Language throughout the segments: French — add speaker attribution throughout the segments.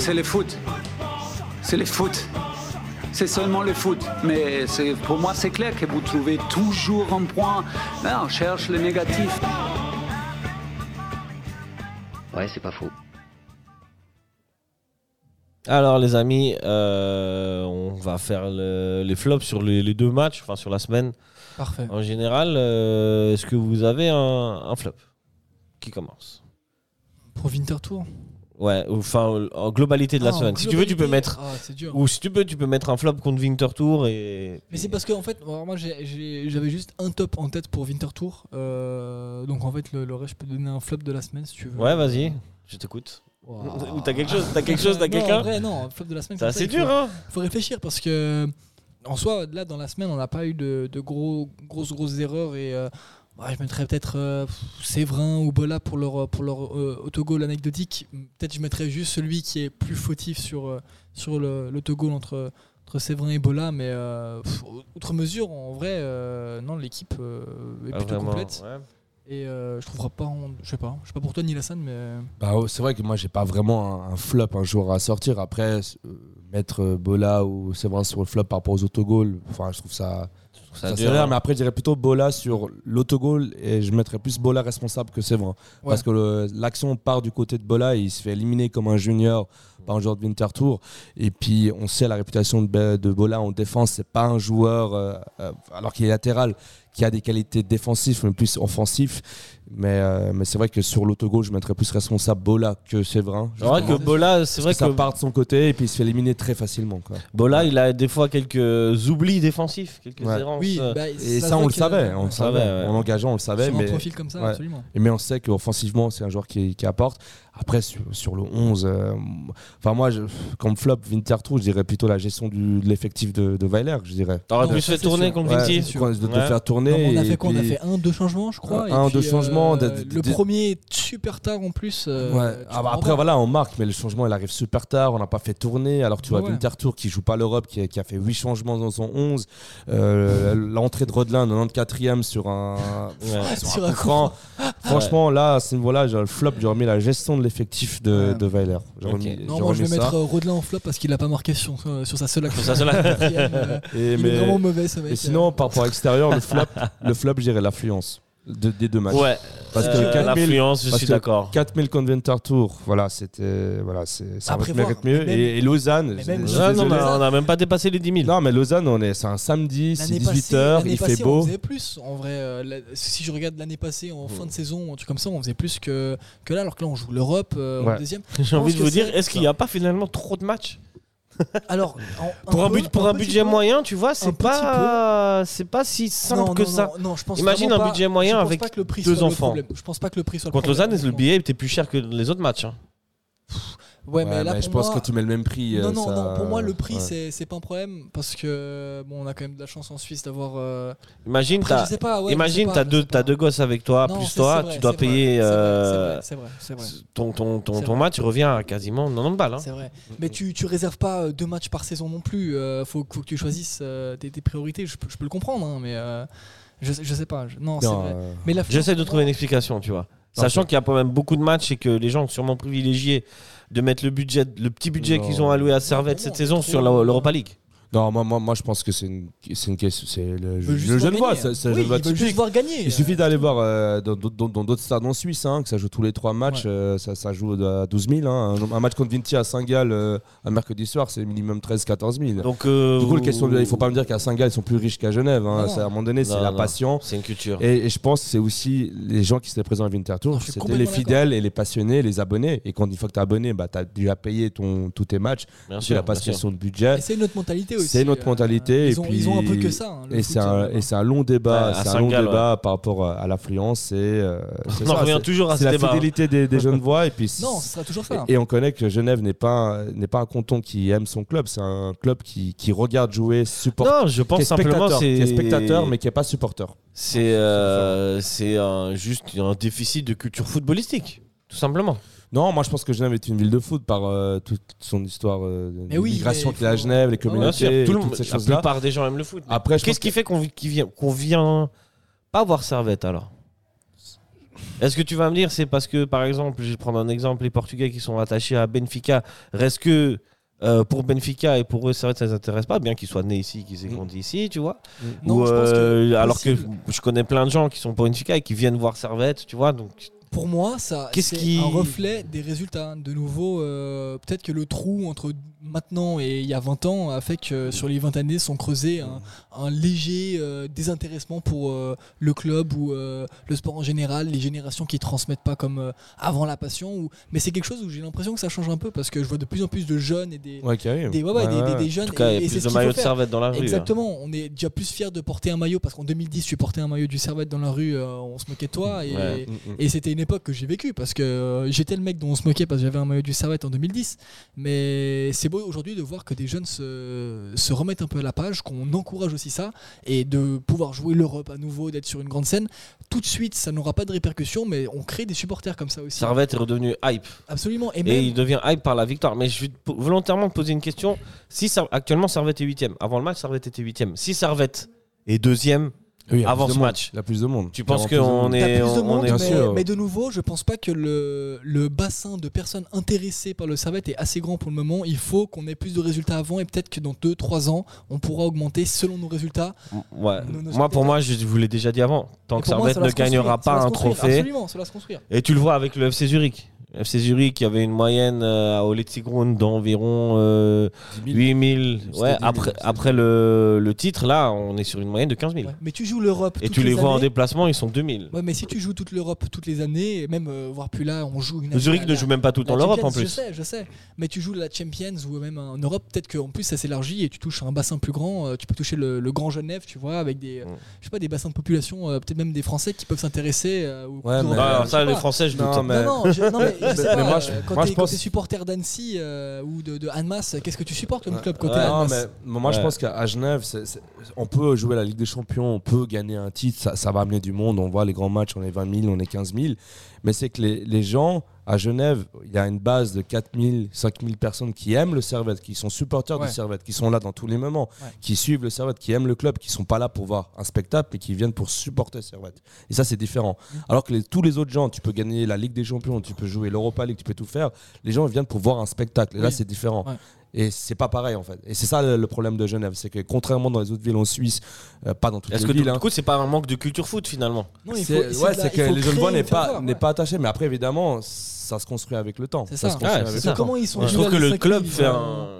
Speaker 1: C'est le foot. C'est le foot. C'est seulement le foot. Mais c'est- pour moi, c'est clair que vous trouvez toujours un point. Là, on cherche le négatif.
Speaker 2: Ouais, c'est pas faux.
Speaker 3: Alors les amis, euh, on va faire le- les flops sur les, les deux matchs, enfin sur la semaine.
Speaker 4: Parfait.
Speaker 3: En général, euh, est-ce que vous avez un, un flop qui commence
Speaker 4: Pour Wintertour.
Speaker 3: Ouais, ou- enfin en globalité de la
Speaker 4: Ah, en
Speaker 3: semaine. Si tu veux, tu peux
Speaker 4: globalité.
Speaker 3: mettre
Speaker 4: Ah, c'est dur.
Speaker 3: ou si tu peux, tu peux mettre un flop contre Winter Tour et.
Speaker 4: Mais c'est parce que en fait, alors moi j'ai- j'ai- j'avais juste un top en tête pour Winter Tour. Euh, donc en fait, le, le reste, je peux donner un flop de la semaine si tu veux.
Speaker 3: Ouais, vas-y, je t'écoute.
Speaker 4: Ouah.
Speaker 3: Ou t'as quelque chose, t'as quelque chose, t'as
Speaker 4: Non,
Speaker 3: quelqu'un
Speaker 4: En vrai, non, flop de la semaine.
Speaker 3: C'est
Speaker 4: comme ça,
Speaker 3: assez
Speaker 4: il
Speaker 3: dur,
Speaker 4: faut-
Speaker 3: hein
Speaker 4: faut réfléchir parce que en soi là dans la semaine on n'a pas eu de, de gros grosses grosses erreurs et euh, ouais, je mettrais peut-être euh, pff, Séverin ou Bola pour leur pour leur euh, autogol anecdotique peut-être je mettrais juste celui qui est plus fautif sur euh, sur le- l'autogol entre entre Séverin et Bola mais euh, pff, outre mesure en vrai euh, non l'équipe euh, est
Speaker 3: Pas
Speaker 4: plutôt
Speaker 3: vraiment,
Speaker 4: complète
Speaker 3: ouais.
Speaker 4: et euh, je trouverais pas en- je sais pas je sais pas pour toi Nilassan mais euh,
Speaker 5: Bah, oh, c'est vrai que moi, j'ai pas vraiment un, un flop, un joueur à sortir. Après, s- euh, mettre euh, Bola ou Séverin sur le flop par rapport aux autogols, enfin, je trouve ça,
Speaker 3: Ça
Speaker 5: ça
Speaker 3: dure,
Speaker 5: sévère.
Speaker 3: hein.
Speaker 5: Mais après, je dirais plutôt Bola sur l'autogol et je mettrais plus Bola responsable que Séverin. Parce que le- l'action part du côté de Bola, il se fait éliminer comme un junior par un joueur de Winter Tour. Et puis, on sait la réputation de, Be- de Bola en défense, c'est pas un joueur, euh, euh, alors qu'il est latéral, qui a des qualités défensives, mais plus offensives. Mais, euh, mais c'est vrai que sur l'autogol, je mettrais plus responsable Bola que Séverin.
Speaker 3: C'est vrai que Bola, c'est vrai
Speaker 5: Parce que ça
Speaker 3: que
Speaker 5: part de son côté et puis il se fait éliminer très facilement. quoi.
Speaker 3: Bola, il a des fois quelques oublis défensifs, quelques
Speaker 5: Ouais.
Speaker 3: errances.
Speaker 4: oui
Speaker 3: euh,
Speaker 4: bah,
Speaker 5: Et ça,
Speaker 4: c'est
Speaker 5: on
Speaker 4: vrai
Speaker 5: le
Speaker 4: que-
Speaker 5: savait, on le
Speaker 3: savait,
Speaker 5: savait.
Speaker 3: ouais.
Speaker 5: En engageant, on le savait.
Speaker 4: sur un
Speaker 5: mais...
Speaker 4: profil comme ça
Speaker 5: ouais.
Speaker 4: absolument
Speaker 5: Et mais on sait qu'offensivement, c'est un joueur qui, qui apporte. Après, sur, sur le 11, euh, enfin, moi, je, comme flop, Winterthur, je dirais plutôt la gestion du, de l'effectif de, de Weiler, je dirais.
Speaker 3: T'aurais
Speaker 4: Non,
Speaker 3: pu
Speaker 4: ça,
Speaker 3: se faire
Speaker 4: c'est
Speaker 3: tourner
Speaker 4: sûr.
Speaker 3: contre
Speaker 5: Ouais,
Speaker 3: Vinci.
Speaker 5: de, de
Speaker 3: Ouais.
Speaker 5: faire tourner.
Speaker 4: Non, mais on a
Speaker 5: et
Speaker 4: fait quoi On a
Speaker 5: puis-
Speaker 4: fait un, deux changements, je crois. et
Speaker 5: un,
Speaker 4: puis,
Speaker 5: deux changements,
Speaker 4: euh,
Speaker 5: des- des-
Speaker 4: le premier super tard en plus. euh,
Speaker 5: Ouais.
Speaker 4: tu
Speaker 5: Ah bah,
Speaker 4: comprends
Speaker 5: après,
Speaker 4: pas.
Speaker 5: voilà, on marque, mais le changement, il arrive super tard. On n'a pas fait tourner. Alors, tu vois,
Speaker 4: Bah Ouais.
Speaker 5: Winterthur qui joue pas l'Europe, qui, a- qui a fait 8 changements dans son 11. Euh, L'entrée de Rodelin, 94e sur un.
Speaker 3: Ouais.
Speaker 4: Sur un
Speaker 5: Fran- Franchement, là, à ce niveau-là, j'ai- le flop, j'aurais mis la gestion de l'effectif de,
Speaker 4: Ouais.
Speaker 5: de Weiler. J'aurais
Speaker 3: Ok.
Speaker 5: mis-
Speaker 4: Non,
Speaker 5: j'aurais
Speaker 4: moi je
Speaker 5: mis
Speaker 4: vais
Speaker 5: ça.
Speaker 4: mettre euh, Rodelin en flop parce qu'il a pas marqué sur, euh, sur sa seule action.
Speaker 3: sa seule action.
Speaker 4: Quatrième, euh,
Speaker 5: Et,
Speaker 4: Il
Speaker 5: mais-
Speaker 4: est vraiment mauvais ce mec.
Speaker 5: et sinon, par rapport à l'extérieur, le flop, le flop, je dirais l'affluence de- des deux matchs.
Speaker 3: Ouais,
Speaker 5: Parce que
Speaker 3: euh,
Speaker 5: 4000,
Speaker 3: l'influence, je
Speaker 5: parce
Speaker 3: suis
Speaker 5: que
Speaker 3: d'accord.
Speaker 5: 4000 Conventor Tour, voilà, c'était, voilà, c'est, ça
Speaker 4: À
Speaker 5: aurait pu-
Speaker 4: prévoir.
Speaker 5: mérite mieux.
Speaker 4: Mais même-
Speaker 5: et, et Lausanne,
Speaker 4: mais
Speaker 5: je-
Speaker 4: même-
Speaker 5: je suis
Speaker 3: Ah, non,
Speaker 5: désolé.
Speaker 3: mais on n'a même pas dépassé les 10 000.
Speaker 5: Non, mais Lausanne, on est, c'est un samedi, c'est
Speaker 4: L'année
Speaker 5: 18h,
Speaker 4: passée-
Speaker 5: il
Speaker 4: l'année
Speaker 5: fait
Speaker 4: passée, On
Speaker 5: beau.
Speaker 4: faisait plus en vrai. euh, la- si je regarde l'année passée en
Speaker 5: Mm.
Speaker 4: fin de saison, un truc comme ça, on faisait plus que, que là, alors que là on joue l'Europe euh, en
Speaker 5: Ouais.
Speaker 4: deuxième.
Speaker 3: J'ai envie de
Speaker 4: que
Speaker 3: vous
Speaker 4: c'est-
Speaker 3: dire, est-ce qu'il n'y a pas finalement trop de matchs
Speaker 4: Alors, en-
Speaker 3: Pour un,
Speaker 4: peu-
Speaker 3: but, pour un
Speaker 4: petit
Speaker 3: budget
Speaker 4: peu-
Speaker 3: moyen, tu vois, c'est
Speaker 4: petit
Speaker 3: pas, c'est pas si simple
Speaker 4: Non,
Speaker 3: que
Speaker 4: non,
Speaker 3: ça.
Speaker 4: non, non, je pense
Speaker 3: Imagine
Speaker 4: vraiment
Speaker 3: un
Speaker 4: pas-
Speaker 3: budget moyen
Speaker 4: je pense
Speaker 3: avec
Speaker 4: pas que le prix
Speaker 3: deux
Speaker 4: soit le
Speaker 3: enfants.
Speaker 4: problème. Je pense pas que le prix soit le
Speaker 3: Contre Lausanne,
Speaker 4: problème,
Speaker 3: le
Speaker 4: honnêtement.
Speaker 3: billet était plus cher que les autres matchs. hein.
Speaker 4: Ouais,
Speaker 5: Ouais,
Speaker 4: mais là
Speaker 5: mais
Speaker 4: pour
Speaker 5: je pense
Speaker 4: moi,
Speaker 5: que tu mets le même prix. euh,
Speaker 4: Non, non,
Speaker 5: ça-
Speaker 4: non, pour moi le prix
Speaker 5: ouais.
Speaker 4: c'est- c'est pas un problème parce que bon, on a quand même de la chance en Suisse d'avoir. euh,
Speaker 3: Imagine,
Speaker 4: Après,
Speaker 3: t'as,
Speaker 4: je sais pas, ouais, je sais
Speaker 3: imagine,
Speaker 4: pas,
Speaker 3: t'as
Speaker 4: je
Speaker 3: deux,
Speaker 4: sais pas.
Speaker 3: t'as deux gosses avec toi,
Speaker 4: Non,
Speaker 3: plus
Speaker 4: c'est-
Speaker 3: toi,
Speaker 4: c'est vrai,
Speaker 3: tu dois
Speaker 4: c'est vrai,
Speaker 3: payer
Speaker 4: c'est vrai,
Speaker 3: euh,
Speaker 4: C'est vrai, c'est vrai, c'est vrai,
Speaker 3: ton ton ton
Speaker 4: C'est
Speaker 3: ton
Speaker 4: vrai.
Speaker 3: match revient à quasiment 90 balles. hein.
Speaker 4: c'est vrai. Mais tu, tu réserves pas euh, deux matchs par saison non plus. euh, faut, faut que tu choisisses euh, tes, tes priorités. Je, peux- je peux le comprendre, hein, mais euh, je, sais- je sais pas. je- non, c'est
Speaker 5: Non,
Speaker 4: vrai.
Speaker 5: euh,
Speaker 4: Mais la
Speaker 3: J'essaie de trouver une explication, tu vois.
Speaker 5: Non,
Speaker 3: Sachant qu'il y a quand même beaucoup de matchs et que les gens ont sûrement privilégié de mettre le budget, le petit budget
Speaker 5: Non.
Speaker 3: qu'ils ont alloué à Servette cette
Speaker 4: Trop
Speaker 3: saison
Speaker 4: long,
Speaker 3: sur
Speaker 4: trop long.
Speaker 3: la- l'Europa League.
Speaker 5: Non, moi, moi, moi, je pense que c'est une, c'est une question. C'est le,
Speaker 4: veut
Speaker 5: le
Speaker 4: juste voir
Speaker 5: Genevois,
Speaker 4: gagner.
Speaker 5: c'est c'est le
Speaker 4: Oui,
Speaker 5: Genevois
Speaker 4: ils veulent
Speaker 5: typique.
Speaker 4: juste voir gagner.
Speaker 5: Il suffit d'aller voir euh, dans d'autres- dans dans d'autres stades en Suisse, hein, que ça joue tous les trois matchs, euh, ça, ça joue à 12 000. hein. Un, un match contre Vinci à Saint-Gall euh, un mercredi soir, c'est minimum 13-14 000.
Speaker 3: Donc, euh,
Speaker 5: du coup, le question, de- il faut pas me dire qu'à Saint-Gall, ils sont plus riches qu'à Genève. hein.
Speaker 4: Non.
Speaker 5: C'est- À un moment donné, c'est
Speaker 3: Non,
Speaker 5: la
Speaker 3: non.
Speaker 5: patience.
Speaker 3: c'est une culture.
Speaker 5: Et, et je pense que c'est aussi les gens qui étaient présents à
Speaker 4: Non,
Speaker 5: Winterthur,
Speaker 4: je suis
Speaker 5: c'était les
Speaker 4: complètement
Speaker 5: fidèles et les passionnés, les abonnés. Et quand une fois que tu es abonné, bah, tu as déjà payé ton, tous tes matchs,
Speaker 3: Bien
Speaker 5: tu
Speaker 3: sûr,
Speaker 5: n'as
Speaker 3: bien
Speaker 5: pas
Speaker 3: sûr.
Speaker 5: question de budget.
Speaker 4: Et C'est notre mentalité aussi.
Speaker 5: Euh, C'est notre
Speaker 4: euh,
Speaker 5: mentalité,
Speaker 4: ils,
Speaker 5: et
Speaker 4: ont,
Speaker 5: puis-
Speaker 4: ils ont un peu que ça. hein, le
Speaker 5: Et
Speaker 4: foot,
Speaker 5: c'est un,
Speaker 4: euh,
Speaker 5: et c'est un long débat,
Speaker 3: Ouais, à
Speaker 5: c'est un long
Speaker 3: Saint-Gall,
Speaker 5: débat par rapport à, à l'affluence et euh, c'est
Speaker 3: On
Speaker 5: ça,
Speaker 3: en revient
Speaker 5: c'est-
Speaker 3: toujours à ce
Speaker 5: c'est la
Speaker 3: débat. hein.
Speaker 5: fidélité des, des jeunes voix et puis c-
Speaker 4: Non, ce sera toujours ça. hein.
Speaker 5: et, et on connaît que Genève n'est pas n'est pas un canton qui aime son club, c'est un club qui, qui regarde jouer, supporte,
Speaker 3: Non, je
Speaker 5: qui est
Speaker 3: pense simplement
Speaker 5: spectateur,
Speaker 3: c'est
Speaker 5: qui est spectateur mais qui est pas supporter.
Speaker 3: c'est euh, c'est un- juste un déficit de culture footballistique, tout simplement.
Speaker 5: Non, moi je pense que Genève est une ville de foot par euh, toute son histoire euh, de
Speaker 4: Mais oui,
Speaker 5: migration
Speaker 4: mais
Speaker 5: qu'il y a à
Speaker 4: faut- Ah
Speaker 5: Genève, les
Speaker 4: Bien
Speaker 3: Bien sûr,
Speaker 5: communautés, et
Speaker 3: tout le
Speaker 5: toutes
Speaker 3: monde-
Speaker 5: ces
Speaker 3: la
Speaker 5: choses là.
Speaker 3: plupart des gens aiment le foot.
Speaker 5: Après, je pense
Speaker 3: Qu'est-ce qui fait qu'on qu'on vient qu'on vient pas voir Servette alors Est-ce que tu vas me dire, c'est parce que, par exemple, je vais prendre un exemple, les Portugais qui sont attachés à Benfica, reste que euh, pour Benfica et pour eux, c'est vrai que ça les intéresse pas, bien qu'ils soient nés ici, qu'ils aient
Speaker 5: Mm.
Speaker 3: grandi ici, tu vois.
Speaker 4: Non,
Speaker 3: Ou,
Speaker 4: je pense que
Speaker 3: euh, alors que
Speaker 4: possible.
Speaker 3: je connais plein de gens qui sont pour Benfica et qui viennent voir Servette, tu vois. Donc,
Speaker 4: Pour moi, ça
Speaker 3: Qu'est-ce
Speaker 4: c'est
Speaker 3: qui-
Speaker 4: un reflet des résultats. hein, De nouveau, euh, peut-être que le trou entre maintenant et il y a 20 ans a fait que euh, sur les 20 années sont creusés un, un léger euh, désintéressement pour euh, le club ou euh, le sport en général, les générations qui transmettent pas comme euh, avant la passion. Ou... Mais c'est quelque chose où j'ai l'impression que ça change un peu parce que je vois de plus en plus de jeunes et des,
Speaker 5: Ouais, qui arrive.
Speaker 4: des, ouais, ouais, des-
Speaker 5: Ouais,
Speaker 4: des-
Speaker 5: ouais.
Speaker 4: des jeunes.
Speaker 3: en tout cas,
Speaker 4: et-
Speaker 3: il y
Speaker 4: et
Speaker 3: a
Speaker 4: c'est
Speaker 3: plus
Speaker 4: ce
Speaker 3: de
Speaker 4: qu'il faut
Speaker 3: maillots de
Speaker 4: faire.
Speaker 3: Servette dans la rue. hein. là.
Speaker 4: Exactement, on est déjà plus fier de porter un maillot parce qu'en 2010, tu portais un maillot du Servette dans la rue, euh, on se moquait de toi. Et,
Speaker 3: Ouais.
Speaker 5: Mm, mm.
Speaker 4: et c'était une époque que j'ai vécue parce que euh, j'étais le mec dont on se moquait parce que j'avais un maillot du Servette en 2010. Mais c'est beau aujourd'hui de voir que des jeunes se, se remettent un peu à la page, qu'on encourage aussi ça et de pouvoir jouer l'Europe à nouveau, d'être sur une grande scène. Tout de suite, ça n'aura pas de répercussions, mais on crée des supporters comme ça aussi.
Speaker 3: Servette est redevenu hype.
Speaker 4: Absolument. Et
Speaker 3: Et
Speaker 4: même,
Speaker 3: il devient hype par la victoire. Mais je vais te po- volontairement te poser une question. Si Sar- actuellement Servette est 8 Avant le match, Servette était 8 Si Servette est 2
Speaker 5: Oui, il y a
Speaker 3: avant
Speaker 5: plus
Speaker 3: ce
Speaker 5: de monde.
Speaker 3: match.
Speaker 5: Il y a plus de monde.
Speaker 3: ah, Tu penses
Speaker 5: Il y a plus de
Speaker 3: qu'on
Speaker 5: monde.
Speaker 4: T'as
Speaker 3: est.
Speaker 4: plus de
Speaker 3: on- on
Speaker 4: monde,
Speaker 3: est- euh,
Speaker 5: bien
Speaker 4: mais,
Speaker 5: sûr.
Speaker 4: mais de nouveau, je pense pas que le, le bassin de personnes intéressées par le Servette est assez grand pour le moment. Il faut qu'on ait plus de résultats avant et peut-être que dans 2-3 ans, on pourra augmenter selon nos résultats.
Speaker 3: Ouais.
Speaker 4: Nous, nous
Speaker 3: Moi, pour
Speaker 4: sommes-
Speaker 3: moi, je vous l'ai déjà dit avant. Tant
Speaker 4: Et
Speaker 3: que
Speaker 4: pour moi,
Speaker 3: Servette
Speaker 4: ça va
Speaker 3: ne
Speaker 4: se construire,
Speaker 3: gagnera
Speaker 4: ça va
Speaker 3: pas
Speaker 4: se
Speaker 3: un
Speaker 4: construire,
Speaker 3: trophée.
Speaker 4: Absolument, ça va se construire.
Speaker 3: Et tu le vois avec le FC Zurich. FC Zurich, il y avait une moyenne euh, à Oletsigrund d'environ euh,
Speaker 5: 10 000.
Speaker 3: 8000.
Speaker 5: C'était
Speaker 3: Ouais,
Speaker 5: 10 000,
Speaker 3: après,
Speaker 5: c'était-
Speaker 3: après le, le titre, là, on est sur une moyenne de 15 000.
Speaker 4: Ouais. Mais tu joues l'Europe.
Speaker 3: Et
Speaker 4: toutes
Speaker 3: tu les vois en
Speaker 4: années.
Speaker 3: déplacement, ils sont 2000.
Speaker 4: Ouais, mais si tu joues toute l'Europe toutes les années, et même euh, voire plus là, on joue une.
Speaker 3: Le Zurich
Speaker 4: année
Speaker 3: ne
Speaker 4: à la-
Speaker 3: joue même pas tout le temps
Speaker 4: la
Speaker 3: l'Europe en
Speaker 4: Champions, Je
Speaker 3: plus.
Speaker 4: sais, je sais. Mais tu joues la Champions ou même en Europe, peut-être qu'en plus ça s'élargit et tu touches un bassin plus grand. euh, Tu peux toucher le, le Grand Genève, tu vois, avec des, euh,
Speaker 3: Mm.
Speaker 4: je sais pas, des bassins de population, euh, peut-être même des Français qui peuvent s'intéresser. euh, aux
Speaker 5: Ouais,
Speaker 4: coupes
Speaker 5: mais-
Speaker 3: Non,
Speaker 4: européennes,
Speaker 3: alors
Speaker 4: je
Speaker 3: ça,
Speaker 4: sais
Speaker 3: les
Speaker 4: pas.
Speaker 3: Français, je doute.
Speaker 5: Non,
Speaker 3: ça.
Speaker 5: mais-
Speaker 4: Non, non, je, non, mais je sais
Speaker 5: Mais
Speaker 4: pas,
Speaker 5: moi, je-
Speaker 4: euh, quand
Speaker 5: moi, je
Speaker 4: t'es- quand
Speaker 5: pense-
Speaker 4: t'es supporter d'Annecy euh, ou de, de Annemasse, qu'est-ce que tu supportes comme club quand
Speaker 5: Ouais, Ah,
Speaker 4: t'es à
Speaker 5: non,
Speaker 4: Annemasse
Speaker 5: mais moi je
Speaker 3: Ouais.
Speaker 5: pense qu'à à Genève, c'est- c'est- on peut jouer la Ligue des Champions, on peut gagner un titre, ça, ça va amener du monde. On voit les grands matchs, on est 20 000, on est 15 000. Mais c'est que les, les gens à Genève, il y a une base de 4 000, 5 000 personnes qui aiment le Servette, qui sont supporters
Speaker 4: Ouais.
Speaker 5: du Servette, qui sont là dans tous les moments,
Speaker 4: Ouais.
Speaker 5: qui suivent le Servette, qui aiment le club, qui sont pas là pour voir un spectacle, mais qui viennent pour supporter le Servette. Et ça, c'est différent. Alors que les- tous les autres gens, tu peux gagner la Ligue des Champions, tu peux jouer l'Europa League, tu peux tout faire. Les gens ils viennent pour voir un spectacle. Et là,
Speaker 4: Oui.
Speaker 5: c'est différent.
Speaker 4: Ouais.
Speaker 5: Et c'est pas pareil en fait. Et c'est ça le, le problème de Genève, c'est que contrairement dans les autres villes en Suisse, euh, pas dans toutes
Speaker 3: Est-ce
Speaker 5: les
Speaker 3: que
Speaker 5: villes.
Speaker 3: du
Speaker 5: hein,
Speaker 3: coup, c'est pas un manque de culture foot finalement
Speaker 4: Non, il faut-
Speaker 5: c'est
Speaker 4: il faut
Speaker 5: ouais,
Speaker 4: de la-
Speaker 5: c'est
Speaker 4: il
Speaker 5: que
Speaker 4: faut
Speaker 5: les Genevois
Speaker 4: créer
Speaker 5: n'est
Speaker 4: une
Speaker 5: pas
Speaker 4: ferveur,
Speaker 5: n'est
Speaker 4: ouais.
Speaker 5: pas attaché, mais après évidemment ça se construit avec le temps.
Speaker 4: C'est ça.
Speaker 5: se construit
Speaker 3: Ouais,
Speaker 5: avec
Speaker 3: c'est
Speaker 5: le
Speaker 3: ça.
Speaker 5: temps.
Speaker 4: Donc Comment ils sont
Speaker 5: Ouais.
Speaker 3: Je
Speaker 4: venus
Speaker 3: trouve
Speaker 4: à
Speaker 3: que le
Speaker 4: 5
Speaker 3: club,
Speaker 4: 000,
Speaker 3: fait
Speaker 4: euh,